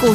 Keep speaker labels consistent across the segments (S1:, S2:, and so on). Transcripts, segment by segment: S1: 股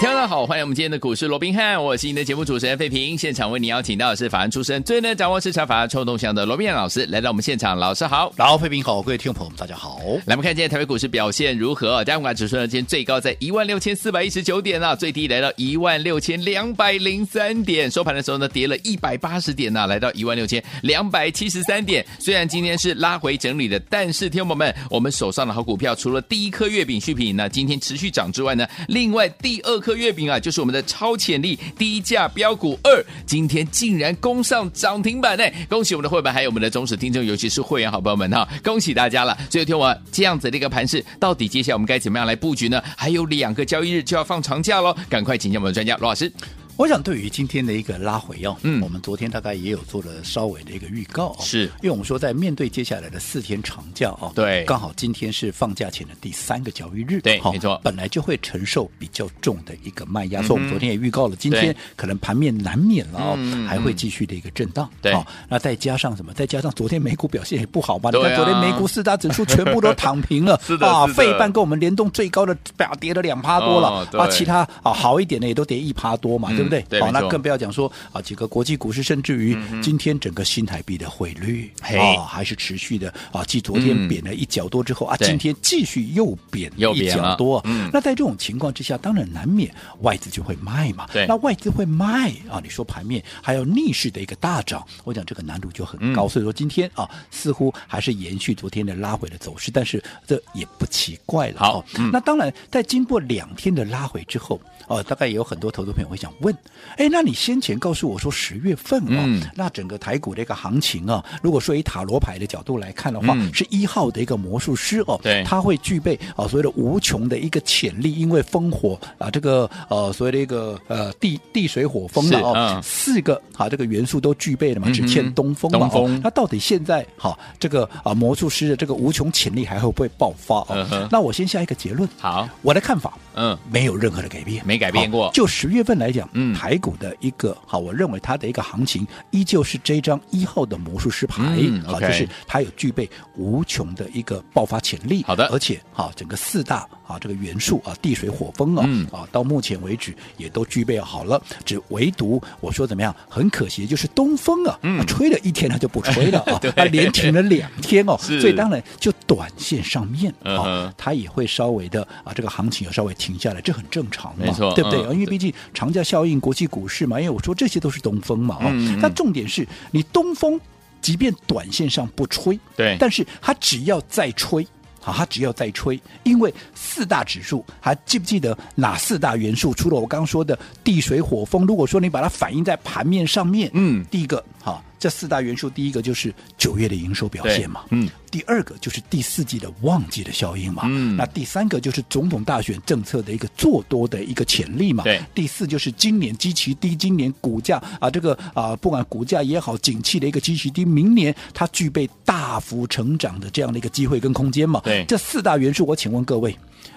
S2: 听众好，欢迎我们今天的股市罗宾汉，我是你的节目主持人费平。现场为你邀请到的是法案出身、最能掌握市场法案臭动向的罗宾汉老师，来到我们现场。老师好，
S3: 然后，费平好，各位听众朋友们，大家好。
S2: 来，我们看今天台北股市表现如何？加权指数呢，今天最高在16,419点啊，最低来到16,203点，收盘的时候呢，跌了180点啊呐、来到16,273点。虽然今天是拉回整理的，但是听众朋友们，我们手上的好股票，除了第一颗月饼续品呢，今天持续涨之外呢，另外第二颗月饼啊，就是我们的超潜力低价标股二，今天竟然攻上涨停板呢！恭喜我们的会员，还有我们的忠实听众，尤其是会员好朋友们哈、恭喜大家了！所以听我这样子的一个盘势，到底接下来我们该怎么样来布局呢？还有两个交易日就要放长假喽，赶快请教我们的专家罗老师。
S3: 我想对于今天的一个拉回哦，
S2: 嗯
S3: 我们昨天大概也有做了稍微的一个预告、哦，
S2: 是
S3: 因为我们说在面对接下来的四天长假哦，
S2: 对
S3: 刚好今天是放假前的第三个交易日，
S2: 对
S3: 好
S2: 没错
S3: 本来就会承受比较重的一个卖压，
S2: 哼
S3: 所以我们昨天也预告了，今天
S2: 对
S3: 可能盘面难免了哦，
S2: 嗯嗯
S3: 还会继续的一个震荡，
S2: 对
S3: 好那再加上什么？再加上昨天美股表现也不好嘛，
S2: 对啊，
S3: 你看昨天美股四大指数全部都躺平了
S2: 是的
S3: 啊，
S2: 是的
S3: 费半跟我们联动最高的表跌了两趴多
S2: 哦
S3: 了，
S2: 对
S3: 啊，其他啊好一点的也都跌一趴多嘛，
S2: 嗯
S3: 对不对？
S2: 对
S3: 好，
S2: 没
S3: 那
S2: 错嗯
S3: 更不要讲说啊，几个国际股市，甚至于今天整个新台币的汇率
S2: 嘿
S3: 啊，还是持续的啊，继昨
S2: 嗯
S3: 天贬了一角多之后啊，
S2: 对
S3: 今天继续又贬
S2: 又
S3: 一
S2: 贬了
S3: 角多
S2: 嗯。
S3: 那在这种情况之下，当然难免外资就会卖嘛
S2: 对。
S3: 那外资会卖啊，你说盘面还有逆势的一个大涨，我讲这个难度就很
S2: 嗯
S3: 高。所以说今天啊，似乎还是延续昨天的拉回的走势，但是这也不奇怪了。
S2: 好
S3: 哦
S2: 嗯
S3: 那当然，在经过两天的拉回之后，哦，大概也有很多投资朋友会想问，哎，那你先前告诉我说十月份哦，
S2: 嗯
S3: 那整个台股的一个行情啊，如果说以塔罗牌的角度来看的话，
S2: 嗯
S3: 是一号的一个魔术师哦，
S2: 对
S3: 他会具备啊、所谓的无穷的一个潜力，因为烽火啊，这个呃所谓的一个呃地地水火风
S2: 是
S3: 的哦，
S2: 嗯
S3: 四个啊这个元素都具备了嘛，只
S2: 嗯
S3: 欠
S2: 哼
S3: 东风嘛、
S2: 东风
S3: 哦，那到底现在好、这个啊魔术师的这个无穷潜力还会不会爆发哦？
S2: 嗯哼
S3: 那我先下一个结论，
S2: 好，
S3: 我的看法，
S2: 嗯，
S3: 没有任何的改变，
S2: 没改变过
S3: 好就十月份来讲，
S2: 嗯
S3: 台股的一个好，我认为它的一个行情依旧是这张一号的魔术师牌，
S2: 嗯
S3: 好，
S2: OK
S3: 就是它有具备无穷的一个爆发潜力。
S2: 好的
S3: 而且好，整个四大啊这个元素啊，地水火风啊、
S2: 嗯
S3: 啊，到目前为止也都具备好了，只唯独我说怎么样，很可惜，就是东风啊，
S2: 嗯
S3: 啊吹了一天它就不吹 了啊
S2: 对，
S3: 它连停了两天哦，
S2: 是
S3: 所以当然就短线上面
S2: 嗯
S3: 啊、
S2: 哼
S3: 它也会稍微的啊，这个行情有稍微停下来，这很正常嘛，
S2: 没错
S3: 对不对？
S2: 嗯
S3: 因为毕竟长假效应、国际股市嘛，因为我说这些都是东风嘛，哦，
S2: 嗯嗯
S3: 那重点是你东风即便短线上不吹，
S2: 对
S3: 但是它只要再吹。好，它只要再吹，因为四大指数还记不记得哪四大元素？除了我刚刚说的地、水、火、风，如果说你把它反映在盘面上面，
S2: 嗯
S3: 第一个，好，这四大元素，第一个就是九月的营收表
S2: 对
S3: 现嘛，
S2: 嗯，
S3: 第二个就是第四季的旺季的效应嘛，
S2: 嗯
S3: 那第三个就是总统大选政策的一个做多的一个潜力嘛，
S2: 对
S3: 第四就是今年基期低，今年股价啊这个啊不管股价也好，景气的一个基期低，明年它具备大幅成长的这样的一个机会跟空间嘛，
S2: 对
S3: 这四大元素，我请问各位，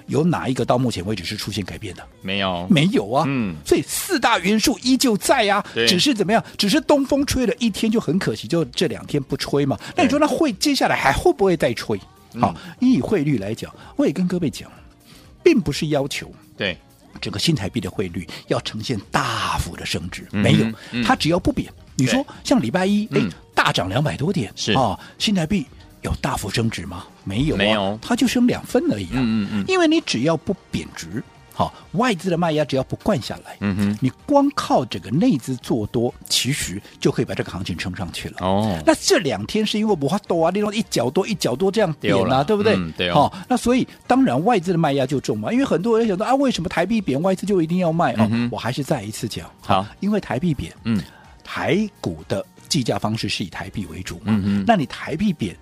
S3: 有哪一个到目前为止是出现改变的？
S2: 没有，
S3: 没有啊，
S2: 嗯
S3: 所以四大元素依旧在啊
S2: 对，
S3: 只是怎么样？只是东风吹了一天就很可惜，就这两天不吹嘛。那你说那会接下来还会不会再吹？
S2: 嗯
S3: 好，以汇率来讲，我也跟各位讲，并不是要求
S2: 对，
S3: 整个新台币的汇率要呈现大幅的升值，
S2: 嗯
S3: 没有，
S2: 嗯
S3: 它只要不贬。你说像礼拜一，哎
S2: 嗯，
S3: 大涨两百多点，
S2: 是
S3: 啊，新台币有大幅升值吗？没有、啊，
S2: 没有
S3: 它就升两分而已、啊。
S2: 嗯嗯嗯
S3: 因为你只要不贬值。好，外资的卖压只要不灌下来，
S2: 嗯哼，
S3: 你光靠整个内资做多，其实就可以把这个行情撑上去了。
S2: 哦，
S3: 那这两天是因为我法多啊，那种一角多一角多这样贬
S2: 对
S3: 啊，
S2: 啦
S3: 对不对？
S2: 嗯对哦
S3: 好、那所以当然外资的卖压就重嘛，因为很多人想说啊，为什么台币贬，外资就一定要卖哦？
S2: 嗯哼
S3: 我还是再一次讲，
S2: 好
S3: 因为台币贬，
S2: 嗯，
S3: 台股的计价方式是以台币为主嘛，
S2: 嗯哼
S3: 那你台币贬，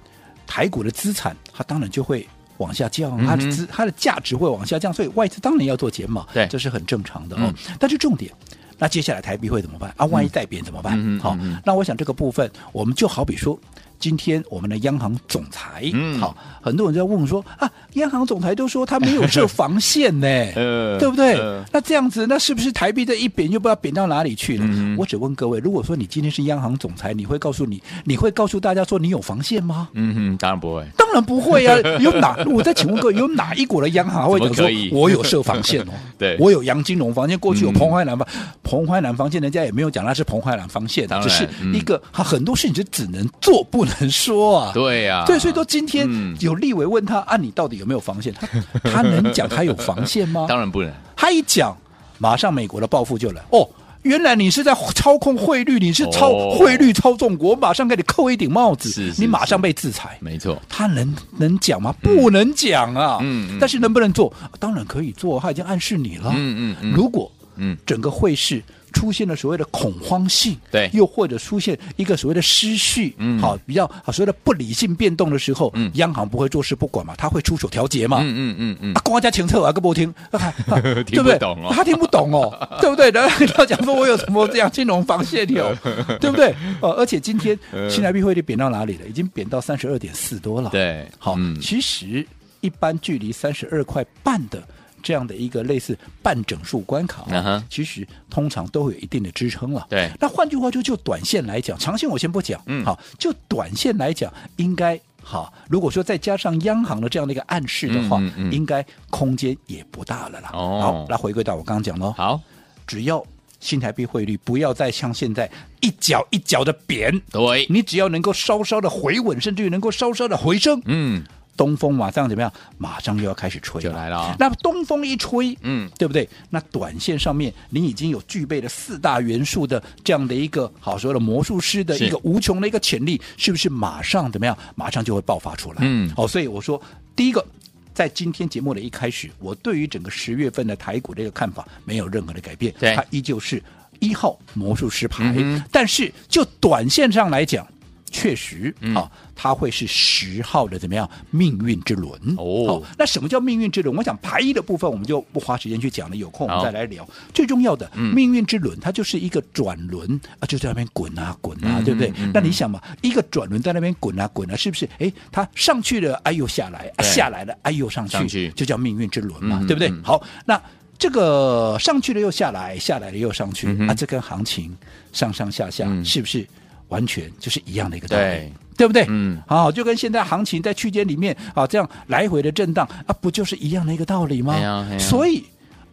S3: 台股的资产它当然就会。往下降，它的资、它的价值会往下降，所以外资当然要做减码，
S2: 嗯对
S3: 这是很正常的哦。
S2: 嗯
S3: 但是重点，那接下来台币会怎么办啊？万一再贬怎么办？
S2: 嗯哼
S3: 好、
S2: 嗯哼
S3: 那我想这个部分，我们就好比说，今天我们的央行总裁，
S2: 嗯
S3: 好，很多人在问说啊，央行总裁都说他没有设防线呢，
S2: 呃
S3: 对不对？
S2: 呃
S3: 那这样子，那是不是台币这一贬就不知道贬到哪里去了？
S2: 嗯
S3: 我只问各位，如果说你今天是央行总裁，你会告 诉你，你会告诉大家说你有防线吗？
S2: 嗯哼，当然不会。
S3: 当然不会啊！有哪？我再请问各位，有哪一国的央行会讲
S2: 怎么
S3: 说
S2: 可以
S3: 我有设防线哦？
S2: 对
S3: 我有杨金龙防线，过去有
S2: 嗯
S3: 彭淮南防，彭淮南防线，人家也没有讲那是彭淮南防线
S2: 当，然
S3: 只是
S2: 嗯
S3: 一个他很多事情就只能做不能说啊。
S2: 对呀、啊，
S3: 对，所以说今天
S2: 嗯
S3: 有立委问他啊，你到底有没有防线？他他能讲他有防线 吗？
S2: 当然不能。
S3: 他一讲，马上美国的报复就来哦。原来你是在操控汇率，你是操、
S2: 哦
S3: 汇率操纵国，我马上给你扣一顶帽子，
S2: 是是
S3: 你马上被制裁。
S2: 没错，
S3: 他能能讲吗？不能讲啊。
S2: 嗯嗯
S3: 但是能不能做？啊当然可以做，他已经暗示你了。
S2: 嗯嗯嗯
S3: 如果
S2: 嗯
S3: 整个会市出现了所谓的恐慌性，
S2: 对
S3: 又或者出现一个所谓的失序，
S2: 嗯
S3: 好，比较好所谓的不理性变动的时候，
S2: 嗯
S3: 央行不会坐视不管嘛，他会出手调节嘛。
S2: 嗯嗯嗯
S3: 啊，光家前侧啊，个 不听，啊对
S2: 听
S3: 不
S2: 不
S3: 对？
S2: 懂哦
S3: 他听不懂 哦，对不对？然后他讲说，我有什么这样金融防线 有，对不对？哦，而且今天新台币汇率贬到哪里了？已经贬到三十二点四多了。
S2: 嗯，，对，
S3: 好，
S2: 嗯
S3: 其实一般距离三十二块半的这样的一个类似半整数关卡、
S2: 嗯哼
S3: 其实通常都会有一定的支撑了。
S2: 对
S3: 那换句话就就短线来讲，长线我先不讲，
S2: 嗯
S3: 好，就短线来讲，应该好。如果说再加上央行的这样的一个暗示的话，
S2: 嗯嗯嗯
S3: 应该空间也不大了啦。
S2: 哦
S3: 好，那回归到我刚刚讲喽，
S2: 好，
S3: 只要新台币汇率不要再像现在一角一角的贬，
S2: 对，
S3: 你只要能够稍稍的回稳，甚至于能够稍稍的回升，
S2: 嗯，
S3: 东风马上怎么样？马上又要开始吹
S2: 就来了啊
S3: 那么东风一吹，
S2: 嗯，
S3: 对不对？那短线上面你已经有具备了四大元素的这样的一个好所谓的魔术师的
S2: 是
S3: 一个无穷的一个潜力，是不是马上怎么样？马上就会爆发出来？
S2: 嗯
S3: 哦，所以我说第一个。在今天节目的一开始，我对于整个十月份的台股这个看法没有任何的改变，
S2: 对
S3: 它依旧是一号魔术师牌。
S2: 嗯哼
S3: 但是就短线上来讲，确实、
S2: 嗯
S3: 啊，它会是十号的怎么样命运之轮
S2: 哦
S3: 好那什么叫命运之轮？我想排一的部分我们就不花时间去讲了，有空我们
S2: 好嗯
S3: 再来聊。最重要的、命运之轮，它就是一个转轮啊，就在那边滚啊滚啊，
S2: 嗯
S3: 对不对？
S2: 嗯嗯
S3: 那你想嘛，一个转轮在那边滚啊滚啊，是不是？哎，它上去了，哎呦下来，啊、
S2: 对
S3: 下来了，哎呦上去，
S2: 上去
S3: 就叫命运之轮嘛，
S2: 嗯
S3: 对不对？
S2: 嗯
S3: 好，那。这个上去了又下来，下来了又上去，
S2: 嗯哼
S3: 啊，这跟行情上上下下、
S2: 嗯
S3: 是不是完全就是一样的一个道理？
S2: 对
S3: 对不对？
S2: 嗯，
S3: 好，就跟现在行情在区间里面啊，这样来回的震荡啊，不就是一样的一个道理吗？
S2: 哎呀哎呀
S3: 所以。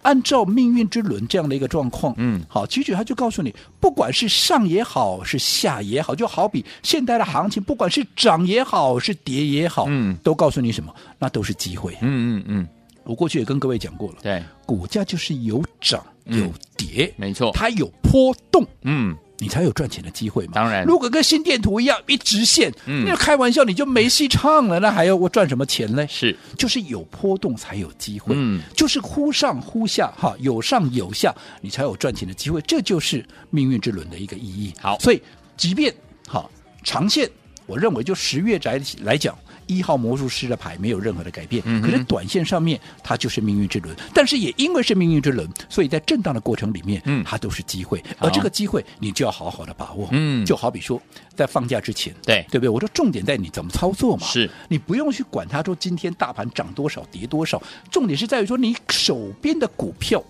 S3: 按照命运之轮这样的一个状况，
S2: 嗯
S3: 好，其实它就告诉你，不管是上也好，是下也好，就好比现在的行情，不管是涨也好，是跌也好，
S2: 嗯
S3: 都告诉你什么？那都是机会。
S2: 嗯嗯嗯，
S3: 我过去也跟各位讲过了，
S2: 对，
S3: 股价就是有涨
S2: 嗯
S3: 有跌，
S2: 没错，
S3: 它有波动，
S2: 嗯，
S3: 你才有赚钱的机会嘛。
S2: 当然
S3: 如果跟心电图一样一直线，
S2: 嗯
S3: 那开玩笑你就没戏唱了，那还要我赚什么钱嘞？
S2: 是，
S3: 就是有波动才有机会，
S2: 嗯，
S3: 就是忽上忽下，哈，有上有下，你才有赚钱的机会，这就是命运之轮的一个意义。
S2: 好
S3: 所以即便好长线，我认为就十月来来讲。一号魔术师的牌没有任何的改变，
S2: 嗯哼
S3: 可是短线上面它就是命运之轮，但是也因为是命运之轮，所以在震荡的过程里面，
S2: 嗯
S3: 它都是机会，
S2: 好
S3: 而这个机会你就要好好的把握，
S2: 嗯
S3: 就好比说在放假之前，
S2: 对
S3: 对不对？我说重点在你怎么操作嘛，
S2: 是
S3: 你不用去管它说今天大盘涨多少跌多少，重点是在于说你手边的股票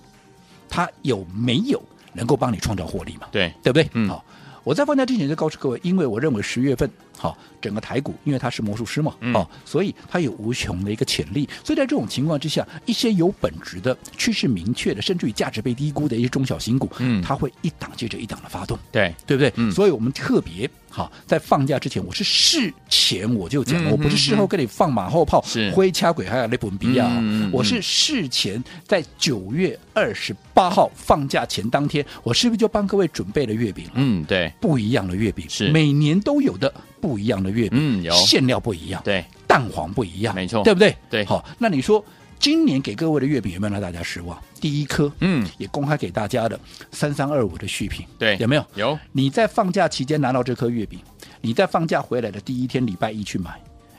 S3: 它有没有能够帮你创造获利嘛，
S2: 对，
S3: 对不对？
S2: 嗯
S3: 好，我在放假之前就告诉各位，因为我认为十月份好，整个台股因为它是魔术师嘛，
S2: 嗯
S3: 哦，所以它有无穷的一个潜力。所以在这种情况之下，一些有本质的、趋势明确的，甚至于价值被低估的一些中小型股，
S2: 嗯
S3: 它会一档接着一档的发动。
S2: 对，
S3: 对不对？
S2: 嗯
S3: 所以我们特别好，在放假之前，我是事前我就讲
S2: 嗯
S3: 了，我不是事后跟你放马后炮
S2: 是、
S3: 挥掐鬼还有那本比亚哦、
S2: 嗯嗯嗯
S3: 我是事前在九月二十八号放假前当天，我是不是就帮各位准备了月饼了？
S2: 嗯对，
S3: 不一样的月饼
S2: 是
S3: 每年都有的不一样的月饼，
S2: 嗯有，
S3: 馅料不一样，
S2: 对，
S3: 蛋黄不一样，
S2: 没错
S3: 对不对？
S2: 对
S3: 好，那你说今年给各位的月饼有没有让大家失望？第一颗，
S2: 嗯
S3: 也公开给大家的三三二五的续品，
S2: 对
S3: 有没有？
S2: 有，
S3: 你在放假期间拿到这颗月饼，你在放假回来的第一天礼拜一去买，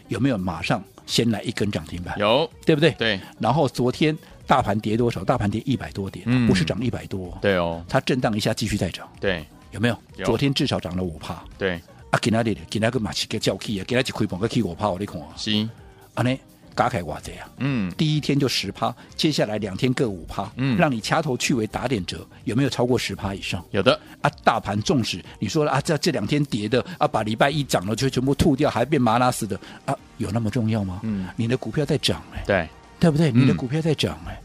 S3: 有没有马上先来一根涨停板？，
S2: 有，
S3: 对不对？。
S2: 对
S3: 然后昨天大盘跌多少？大盘跌一百多点，
S2: 嗯
S3: 不是涨一百多哦，
S2: 对哦，
S3: 它震荡一下继续再涨，
S2: 对
S3: 有没有？
S2: 有
S3: 昨天至少涨了五帕，
S2: 对，
S3: 啊，今仔日今仔个嘛是个叫起啊，今仔一开盘个起五趴，我你看啊，
S2: 是，
S3: 安尼加起来偌济啊？
S2: 嗯，
S3: 第一天就十趴，接下来两天各五趴，
S2: 嗯
S3: 让你掐头去尾打点折，有没有超过十趴以上？
S2: 有的，
S3: 啊，大盘纵使你说了啊，这这两天跌的啊，把礼拜一涨了就全部吐掉，还变麻辣似的啊，有那么重要吗？
S2: 嗯，
S3: 你的股票在涨哎、
S2: 对，
S3: 对不对？你的
S2: 嗯
S3: 股票在涨哎、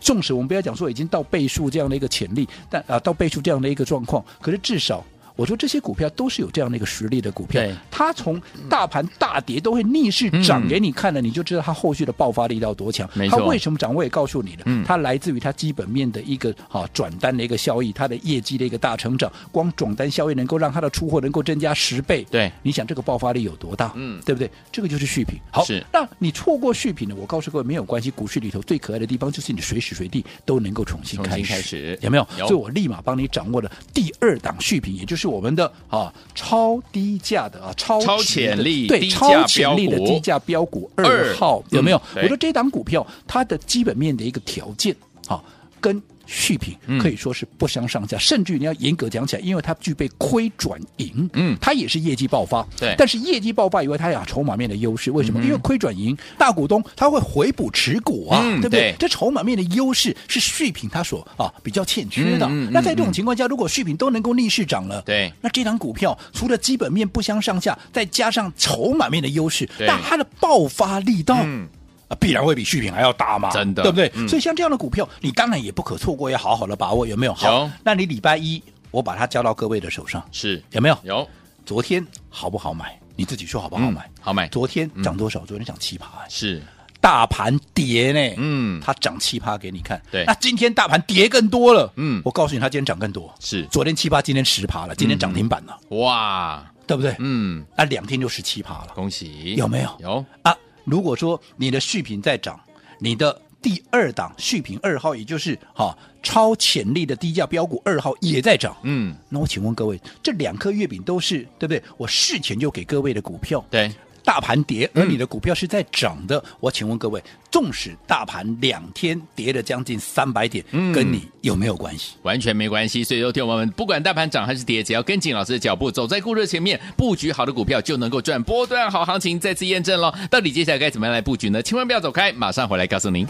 S3: 纵使我们不要讲说已经到倍数这样的一个潜力，但啊到倍数这样的一个状况，可是至少我说这些股票都是有这样的一个实力的股票
S2: 对，
S3: 它从大盘大跌都会逆势
S2: 嗯
S3: 涨给你看了，你就知道它后续的爆发力到多强
S2: 没。
S3: 它
S2: 错
S3: 为什么涨？我也告诉你了，
S2: 嗯
S3: 它来自于它基本面的一个啊转单的一个效益，它的业绩的一个大成长，光转单效益能够让它的出货能够增加十倍，
S2: 对
S3: 你想这个爆发力有多大？
S2: 嗯
S3: 对不对？这个就是续品。好
S2: 是，
S3: 那你错过续品呢？我告诉各位没有关系，股市里头最可爱的地方就是你随时随地都能够重新
S2: 重
S3: 开
S2: 新
S3: 始，
S2: 开始
S3: 有没有？
S2: 有
S3: 所以我立马帮你掌握了第二档续品，也就是我们的啊超低价的啊超
S2: 超
S3: 值的
S2: 潜力低
S3: 对
S2: 价
S3: 超潜力的
S2: 标股
S3: 低价标股
S2: 二
S3: 二号
S2: 嗯
S3: 有没有？
S2: 对
S3: 我说这档股票它的基本面的一个条件啊跟。续品
S2: 嗯
S3: 可以说是不相上下，甚至你要严格讲起来，因为它具备亏转盈，
S2: 嗯
S3: 它也是业绩爆发，
S2: 对嗯
S3: 但是业绩爆发以外，它有筹码面的优势，为什么？因为亏转盈，大股东他会回补持股啊，
S2: 嗯
S3: 对不对？
S2: 对
S3: 这筹码面的优势是续品它所啊比较欠缺的。
S2: 嗯嗯嗯
S3: 那在这种情况下，如果续品都能够逆势涨了，
S2: 对
S3: 那这档股票除了基本面不相上下，再加上筹码面的优势，
S2: 对
S3: 那它的爆发力道。
S2: 嗯
S3: 啊必然会比续品还要大嘛，
S2: 真的
S3: 对不对？
S2: 嗯
S3: 所以像这样的股票，你当然也不可错过，要好好的把握，有没有？
S2: 有
S3: 好，那你礼拜一我把它交到各位的手上，
S2: 是，
S3: 有没有？
S2: 有，
S3: 昨天好不好买？你自己说好不好买？
S2: 嗯好买
S3: 昨天
S2: 嗯
S3: 涨多少？昨天涨七趴、哎
S2: 是，
S3: 大盘跌呢，
S2: 嗯
S3: 它涨七趴给你看。
S2: 对
S3: 那今天大盘跌更多了，
S2: 嗯
S3: 我告诉你，它今天涨更多，
S2: 是
S3: 昨天七趴，今天十趴了，今天涨停板了，
S2: 哇，
S3: 对不对？
S2: 嗯，
S3: 那两天就十七趴了
S2: 恭喜，
S3: 有没有
S2: 有，
S3: 啊！如果说你的续品在涨，你的第二档续品二号，也就是哈、超潜力的低价标股二号也在涨，
S2: 嗯，
S3: 那我请问各位，这两颗月饼都是对不对？我事前就给各位的股票，
S2: 对，嗯
S3: 大盘跌，而你的股票是在涨的。我请问各位，纵使大盘两天跌了将近三百点，
S2: 嗯
S3: 跟你有没有关系？
S2: 完全没关系。所以，说，听我们，不管大盘涨还是跌，只要跟紧老师的脚步，走在顾热前面，布局好的股票就能够赚波段好行情。再次验证喽，到底接下来该怎么样来布局呢？千万不要走开，马上回来告诉您。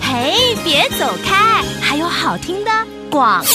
S1: 嘿，别走开，还有好听的广。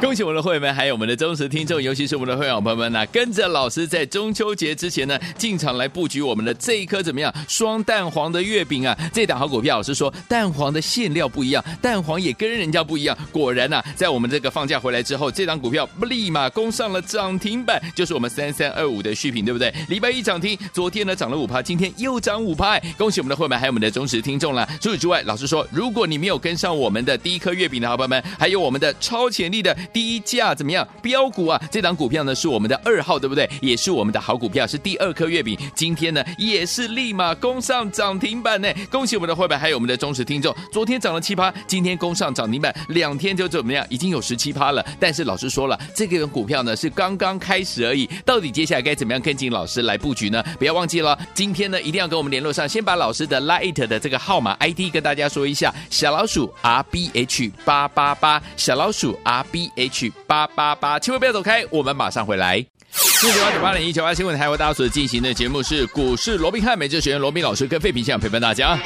S2: 恭喜我们的会员们，还有我们的忠实听众，尤其是我们的会员好朋友们呢、跟着老师在中秋节之前呢，进场来布局我们的这一颗怎么样双蛋黄的月饼啊？这档好股票，老师说蛋黄的馅料不一样，蛋黄也跟人家不一样。果然呐、在我们这个放假回来之后，这档股票立马攻上了涨停板，就是我们三三二五的续品，对不对？礼拜一涨停，昨天呢涨了五趴，今天又涨五趴，哎恭喜我们的会员们，还有我们的忠实听众啦。除此之外，老师说，如果你没有跟上我们的第一颗月饼的好朋友们，还有我们的超潜力的低价怎么样标股啊？这档股票呢是我们的二号，对不对？也是我们的好股票，是第二颗月饼。今天呢也是立马攻上涨停板呢，恭喜我们的会员还有我们的忠实听众，昨天涨了七趴，今天攻上涨停板，两天就怎么样，已经有十七趴了。但是老师说了，这个股票呢是刚刚开始而已，到底接下来该怎么样跟进老师来布局呢？不要忘记了，今天呢一定要跟我们联络上，先把老师的 Lite 的这个号码 ID 跟大家说一下，小老鼠 R B H 八八八，小老鼠 R B H 八八八，千万不要走开，我们马上回来。四九八九八零一九八新闻台为大家所进行的节目是股市罗宾汉，美哲学员罗宾老师跟费平想陪伴大家。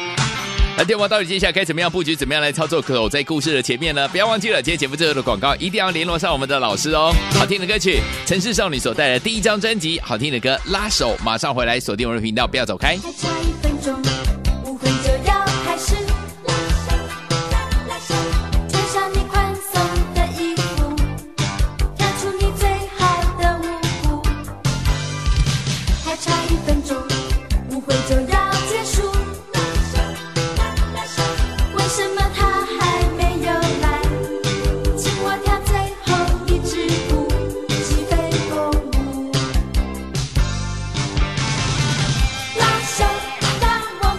S2: 那电话到底接下来该怎么样布局，怎么样来操作口在故事的前面呢？不要忘记了，今天节目最后的广告一定要联络上我们的老师哦。好听的歌曲，城市少女所带来的第一张专辑，好听的歌拉手，马上回来锁定我们的频道，不要走开。
S4: 还差一分钟，舞会就要开始。拉手，拉拉手，穿上你宽松的衣服，跳出你最好的舞步。还差一分钟，舞会就要结束。拉手，拉拉手，为什么他还没有来？请我跳最后一支舞，起飞共舞。拉手，让我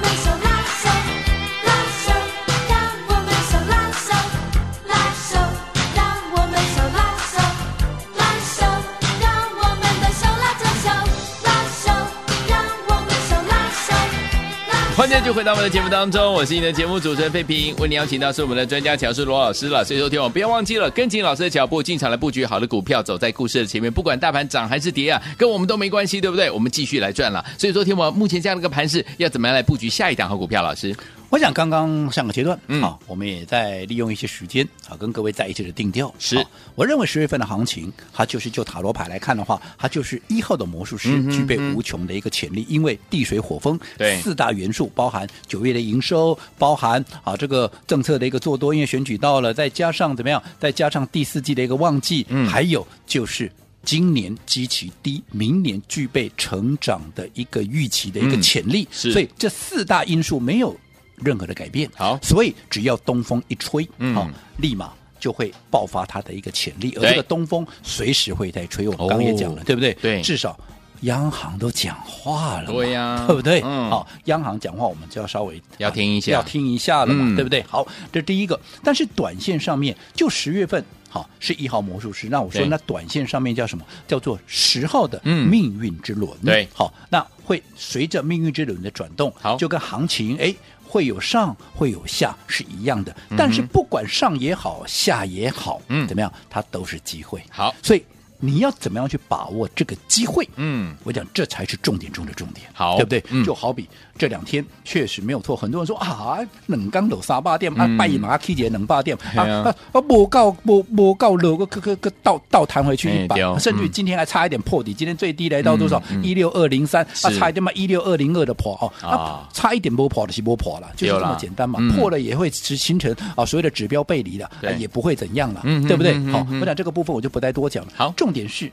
S2: 续回到我们的节目当中，我是你的节目主持人费平，为你邀请到是我们的专家乔师罗老师了。所以说，天我不要忘记了跟紧老师的脚步，进场来布局好的股票，走在故事的前面，不管大盘涨还是跌啊，跟我们都没关系，对不对？我们继续来赚了。所以说，天我目前这样的一个盘势，要怎么样来布局下一档好股票？老师，
S3: 我想刚刚上个阶段，
S2: 嗯
S3: 啊，我们也在利用一些时间啊，跟各位在一起的定调。
S2: 是
S3: 啊我认为十月份的行情，它就是就塔罗牌来看的话，它就是一号的魔术师
S2: 嗯哼
S3: 具备无穷的一个潜力，因为地水火风
S2: 对
S3: 四大元素包含九月的营收，包含啊这个政策的一个做多，因为选举到了，再加上怎么样，再加上第四季的一个旺季，
S2: 嗯
S3: 还有就是。今年基期低，明年具备成长的一个预期的一个
S2: 嗯
S3: 潜力，
S2: 是
S3: 所以这四大因素没有任何的改变。
S2: 好
S3: 所以只要东风一吹，
S2: 嗯
S3: 好、立马。就会爆发它的一个潜力，而
S2: 对
S3: 这个东风随时会在吹。我们刚刚也讲了，
S2: 哦
S3: 对不对？
S2: 对
S3: 至少央行都讲话了嘛，
S2: 对呀
S3: 对不对？
S2: 嗯
S3: 好，央行讲话我们就要稍微
S2: 要听一下
S3: 要听一下了嘛，
S2: 嗯
S3: 对不对？好，这是第一个。但是短线上面，就十月份，好是一号魔术师。那我说
S2: 对，
S3: 那短线上面叫什么？叫做十号的
S2: 嗯
S3: 命运之轮。
S2: 对
S3: 好，那会随着命运之轮的转动，
S2: 好
S3: 就跟行情哎会有上会有下是一样的。但是不管上也好，下也好，
S2: 嗯
S3: 怎么样，它都是机会。
S2: 好，
S3: 所以你要怎么样去把握这个机会？
S2: 嗯，
S3: 我讲这才是重点中的重点，
S2: 好
S3: 对不对？
S2: 嗯
S3: 就好比这两天确实没有错，很多人说啊，冷刚楼沙巴店啊
S2: 嗯，
S3: 拜一马 K 姐冷巴店啊
S2: 嘿啊
S3: 啊啊，不告不不告楼个个个个倒倒弹回去
S2: 嘿
S3: 一百
S2: 对哦，
S3: 甚至于
S2: 嗯
S3: 今天还差一点破底，今天最低来到多少
S2: 嗯嗯？
S3: 一六二零三啊，
S2: 是
S3: 差一点嘛一六二零二的破哦，
S2: 啊
S3: 啊，差一点不破的是不破了，就是
S2: 对
S3: 这
S2: 啦
S3: 么简单嘛
S2: 嗯，
S3: 破了也会形形成啊所谓的指标背离的，
S2: 对
S3: 啊也不会怎样了
S2: 嗯哼，
S3: 对不对
S2: 嗯哼？
S3: 好
S2: 嗯哼，
S3: 我讲这个部分我就不再多讲了。
S2: 好
S3: 重点是，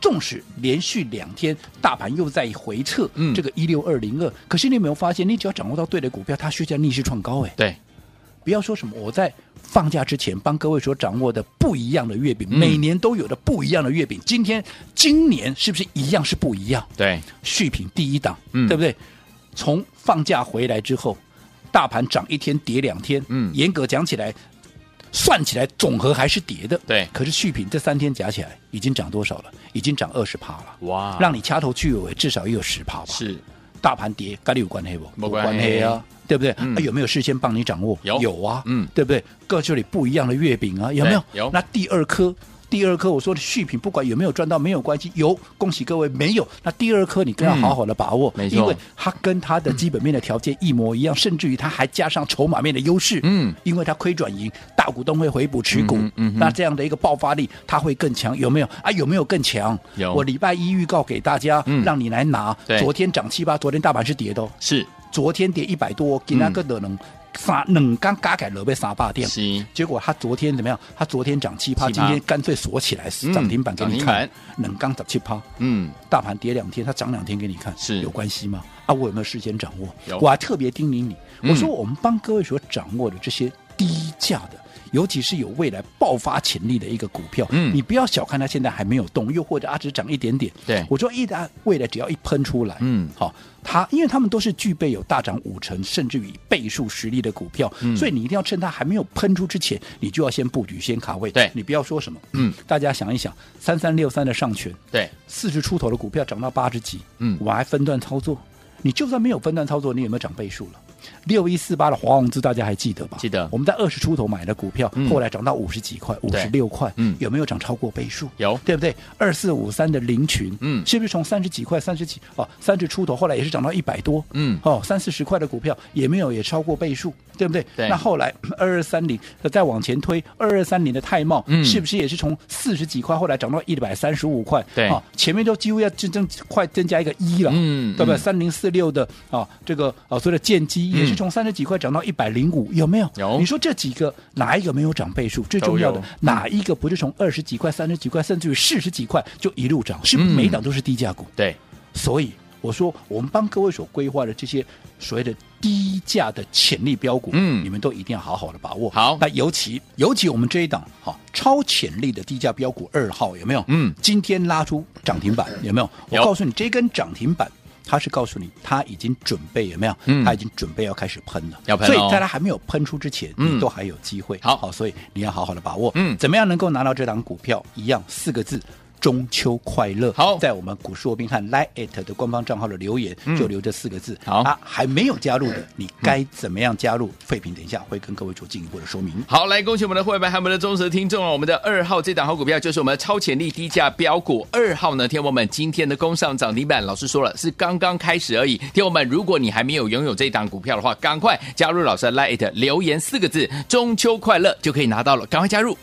S3: 纵使连续两天大盘又在回撤，
S2: 嗯
S3: 这个一六二零二，可是你有没有发现，你只要掌握到对的股票，它却在逆势创高、哎，
S2: 对，
S3: 不要说什么我在放假之前帮各位所掌握的不一样的月饼，
S2: 嗯
S3: 每年都有的不一样的月饼，今天今年是不是一样是不一样？
S2: 对，
S3: 续品第一档，
S2: 嗯
S3: 对不对？从放假回来之后，大盘涨一天跌两天，
S2: 嗯
S3: 严格讲起来，算起来总和还是跌的，
S2: 对
S3: 可是续品这三天加起来已经涨多少了？已经涨二十趴了，
S2: 哇
S3: 让你掐头去尾至少也有十趴吧？，
S2: 是
S3: 大盘跌跟你有关系不？
S2: 没关系
S3: 系啊。对不对、
S2: 嗯
S3: 啊有没有事先帮你掌握？
S2: 有
S3: 啊，
S2: 嗯
S3: 对不对？各这里不一样的月饼啊，有没有？
S2: 对有
S3: 那第二颗，第二颗我说的续品，不管有没有赚到没有关系，有恭喜各位没有。那第二颗你更要
S2: 嗯
S3: 好好的把握，
S2: 没错
S3: 因为它跟它的基本面的条件一模一样，甚至于它还加上筹码面的优势。
S2: 嗯，
S3: 因为它亏转盈，大股东会回补持股，
S2: 嗯哼嗯哼
S3: 那这样的一个爆发力，它会更强，有没有？啊，有没有更强？
S2: 有
S3: 我礼拜一预告给大家，
S2: 嗯
S3: 让你来拿。
S2: 对
S3: 昨天涨七八，昨天大盘是跌的、哦。
S2: 是
S3: 昨天跌一百多，今天个的能三能刚加起来落被三百点。
S2: 是，
S3: 结果它昨天怎么样？它昨天涨七趴，
S2: 7%
S3: 今天干脆锁起来
S2: 嗯
S3: 涨停板给你
S2: 涨
S3: 看，能刚涨七趴。
S2: 嗯，
S3: 大盘跌两天，它涨两天给你看，
S2: 是
S3: 有关系吗？啊，我有没有事先掌握
S2: 有？
S3: 我还特别叮咛你，
S2: 嗯
S3: 我说我们帮各位所掌握的这些低价的。尤其是有未来爆发潜力的一个股票，
S2: 嗯
S3: 你不要小看它现在还没有动，又或者它只涨一点点。
S2: 对
S3: 我说一旦未来只要一喷出来，
S2: 嗯
S3: 好、它因为它们都是具备有大涨五成甚至于倍数实力的股票，
S2: 嗯
S3: 所以你一定要趁它还没有喷出之前，你就要先布局、先卡位。
S2: 对
S3: 你不要说什么，
S2: 嗯，
S3: 大家想一想，三三六三的上权，
S2: 对，
S3: 四十出头的股票涨到八十几，
S2: 嗯
S3: 我还分段操作。你就算没有分段操作，你有没有涨倍数了？六一四八的华宏资大家还记得吧？
S2: 记得
S3: 我们在二十出头买的股票，
S2: 嗯
S3: 后来涨到五十几块、五
S2: 对
S3: 十六块，
S2: 嗯
S3: 有没有涨超过倍数？
S2: 有
S3: 对不对？二四五三的林群，
S2: 嗯
S3: 是不是从三十几块、三十几哦，三十出头，后来也是涨到一百多，
S2: 嗯
S3: 哦，三四十块的股票也没有也超过倍数，对不对？
S2: 对
S3: 那后来 二二三零再往前推，二二三零的泰茂，
S2: 嗯
S3: 是不是也是从四十几块，后来涨到一百三十五块？
S2: 对
S3: 哦，前面都几乎要增增快增加一个一了，
S2: 嗯
S3: 对不对？
S2: 嗯
S3: 三零四六的啊、这个啊，所谓的剑机也是从三十几块涨到一百零五，有没有？
S2: 有
S3: 你说这几个哪一个没有涨倍数？最重要
S2: 都
S3: 的
S2: 有
S3: 哪一个不是从二十几块、三十几块，甚至于四十几块就一路涨？是不是
S2: 嗯
S3: 每一档都是低价股？
S2: 对，
S3: 所以我说，我们帮各位所规划的这些所谓的低价的潜力标股，
S2: 嗯
S3: 你们都一定要好好的把握。
S2: 好
S3: 那尤其尤其我们这一档哈、超潜力的低价标股二号有没有？
S2: 嗯
S3: 今天拉出涨停板有没有？
S2: 有
S3: 我告诉你，这根涨停板。它是告诉你，它已经准备有没有？
S2: 嗯
S3: 它已经准备要开始喷了，
S2: 要喷
S3: 所
S2: 了哦
S3: 以在它还没有喷出之前，
S2: 嗯
S3: 你都还有机会。
S2: 好
S3: 好，所以你要好好的把握。
S2: 嗯
S3: 怎么样能够拿到这档股票？一样四个字，中秋快乐！
S2: 好
S3: 在我们股市罗宾汉 Line at 的官方账号的留言、就留这四个字。
S2: 好
S3: 啊，还没有加入的，你该怎么样加入？废品等一下会跟各位做进一步的说明。
S2: 好，来恭喜我们的会员，还有我们的忠实听众啊！我们的二号这档好股票就是我们的超潜力低价标股二号呢，天友们今天的攻上涨停板，老师说了是刚刚开始而已。天友们，如果你还没有拥有这档股票的话，赶快加入老师的 Light 留言四个字“中秋快乐”就可以拿到了，赶快加入！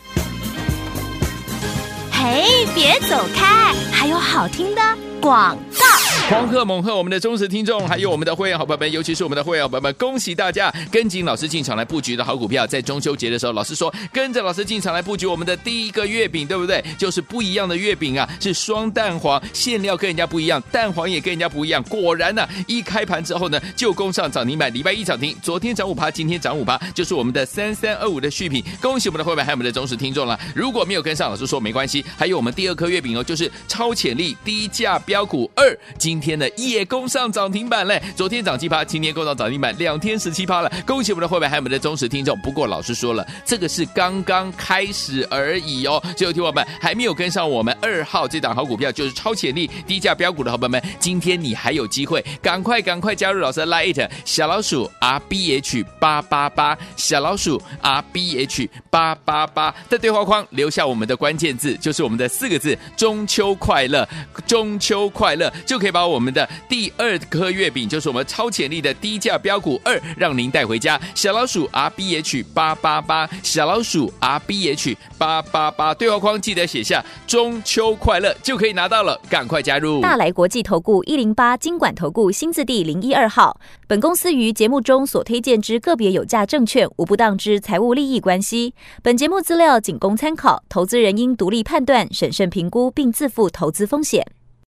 S1: 嘿，别走开，还有好听的广告。
S2: 狂贺猛贺我们的忠实听众，还有我们的会员好朋友们，尤其是我们的会员好朋友们，恭喜大家跟紧老师进场来布局的好股票，在中秋节的时候，老师说跟着老师进场来布局我们的第一个月饼，对不对？就是不一样的月饼啊，是双蛋黄，馅料跟人家不一样，蛋黄也跟人家不一样。果然呢、一开盘之后呢，就攻上涨停板，礼拜一涨停，昨天涨五趴，今天涨五趴，就是我们的三三二五的续品，恭喜我们的会员还有我们的忠实听众了。如果没有跟上，老师说没关系，还有我们第二颗月饼哦，就是超潜力低价标股二，今天呢也攻上涨停板嘞，昨天涨七趴，今天攻上涨停板，两天十七趴了，恭喜我们的会员还有我们的忠实听众。不过老师说了，这个是刚刚开始而已哦，所以听我们还没有跟上我们二号这档好股票，就是超潜力低价标股的好朋友们，今天你还有机会，赶快赶快加入老师的 Lite 小老鼠 R B H 八八八小老鼠 R B H 八八八，在对话框留下我们的关键字，就是我们的四个字“中秋快乐”，中秋快乐就可以把我们的第二颗月饼，就是我们超潜力的低价标股二，让您带回家。小老鼠 R B H 八八八，小老鼠 R B H 八八八，对话框记得写下“中秋快乐”就可以拿到了，赶快加入。
S5: 大来国际投顾一零八金管投顾新字第零一二号。本公司于节目中所推荐之个别有价证券，无不当之财务利益关系。本节目资料仅供参考，投资人应独立判断、审慎评估，并自负投资风险。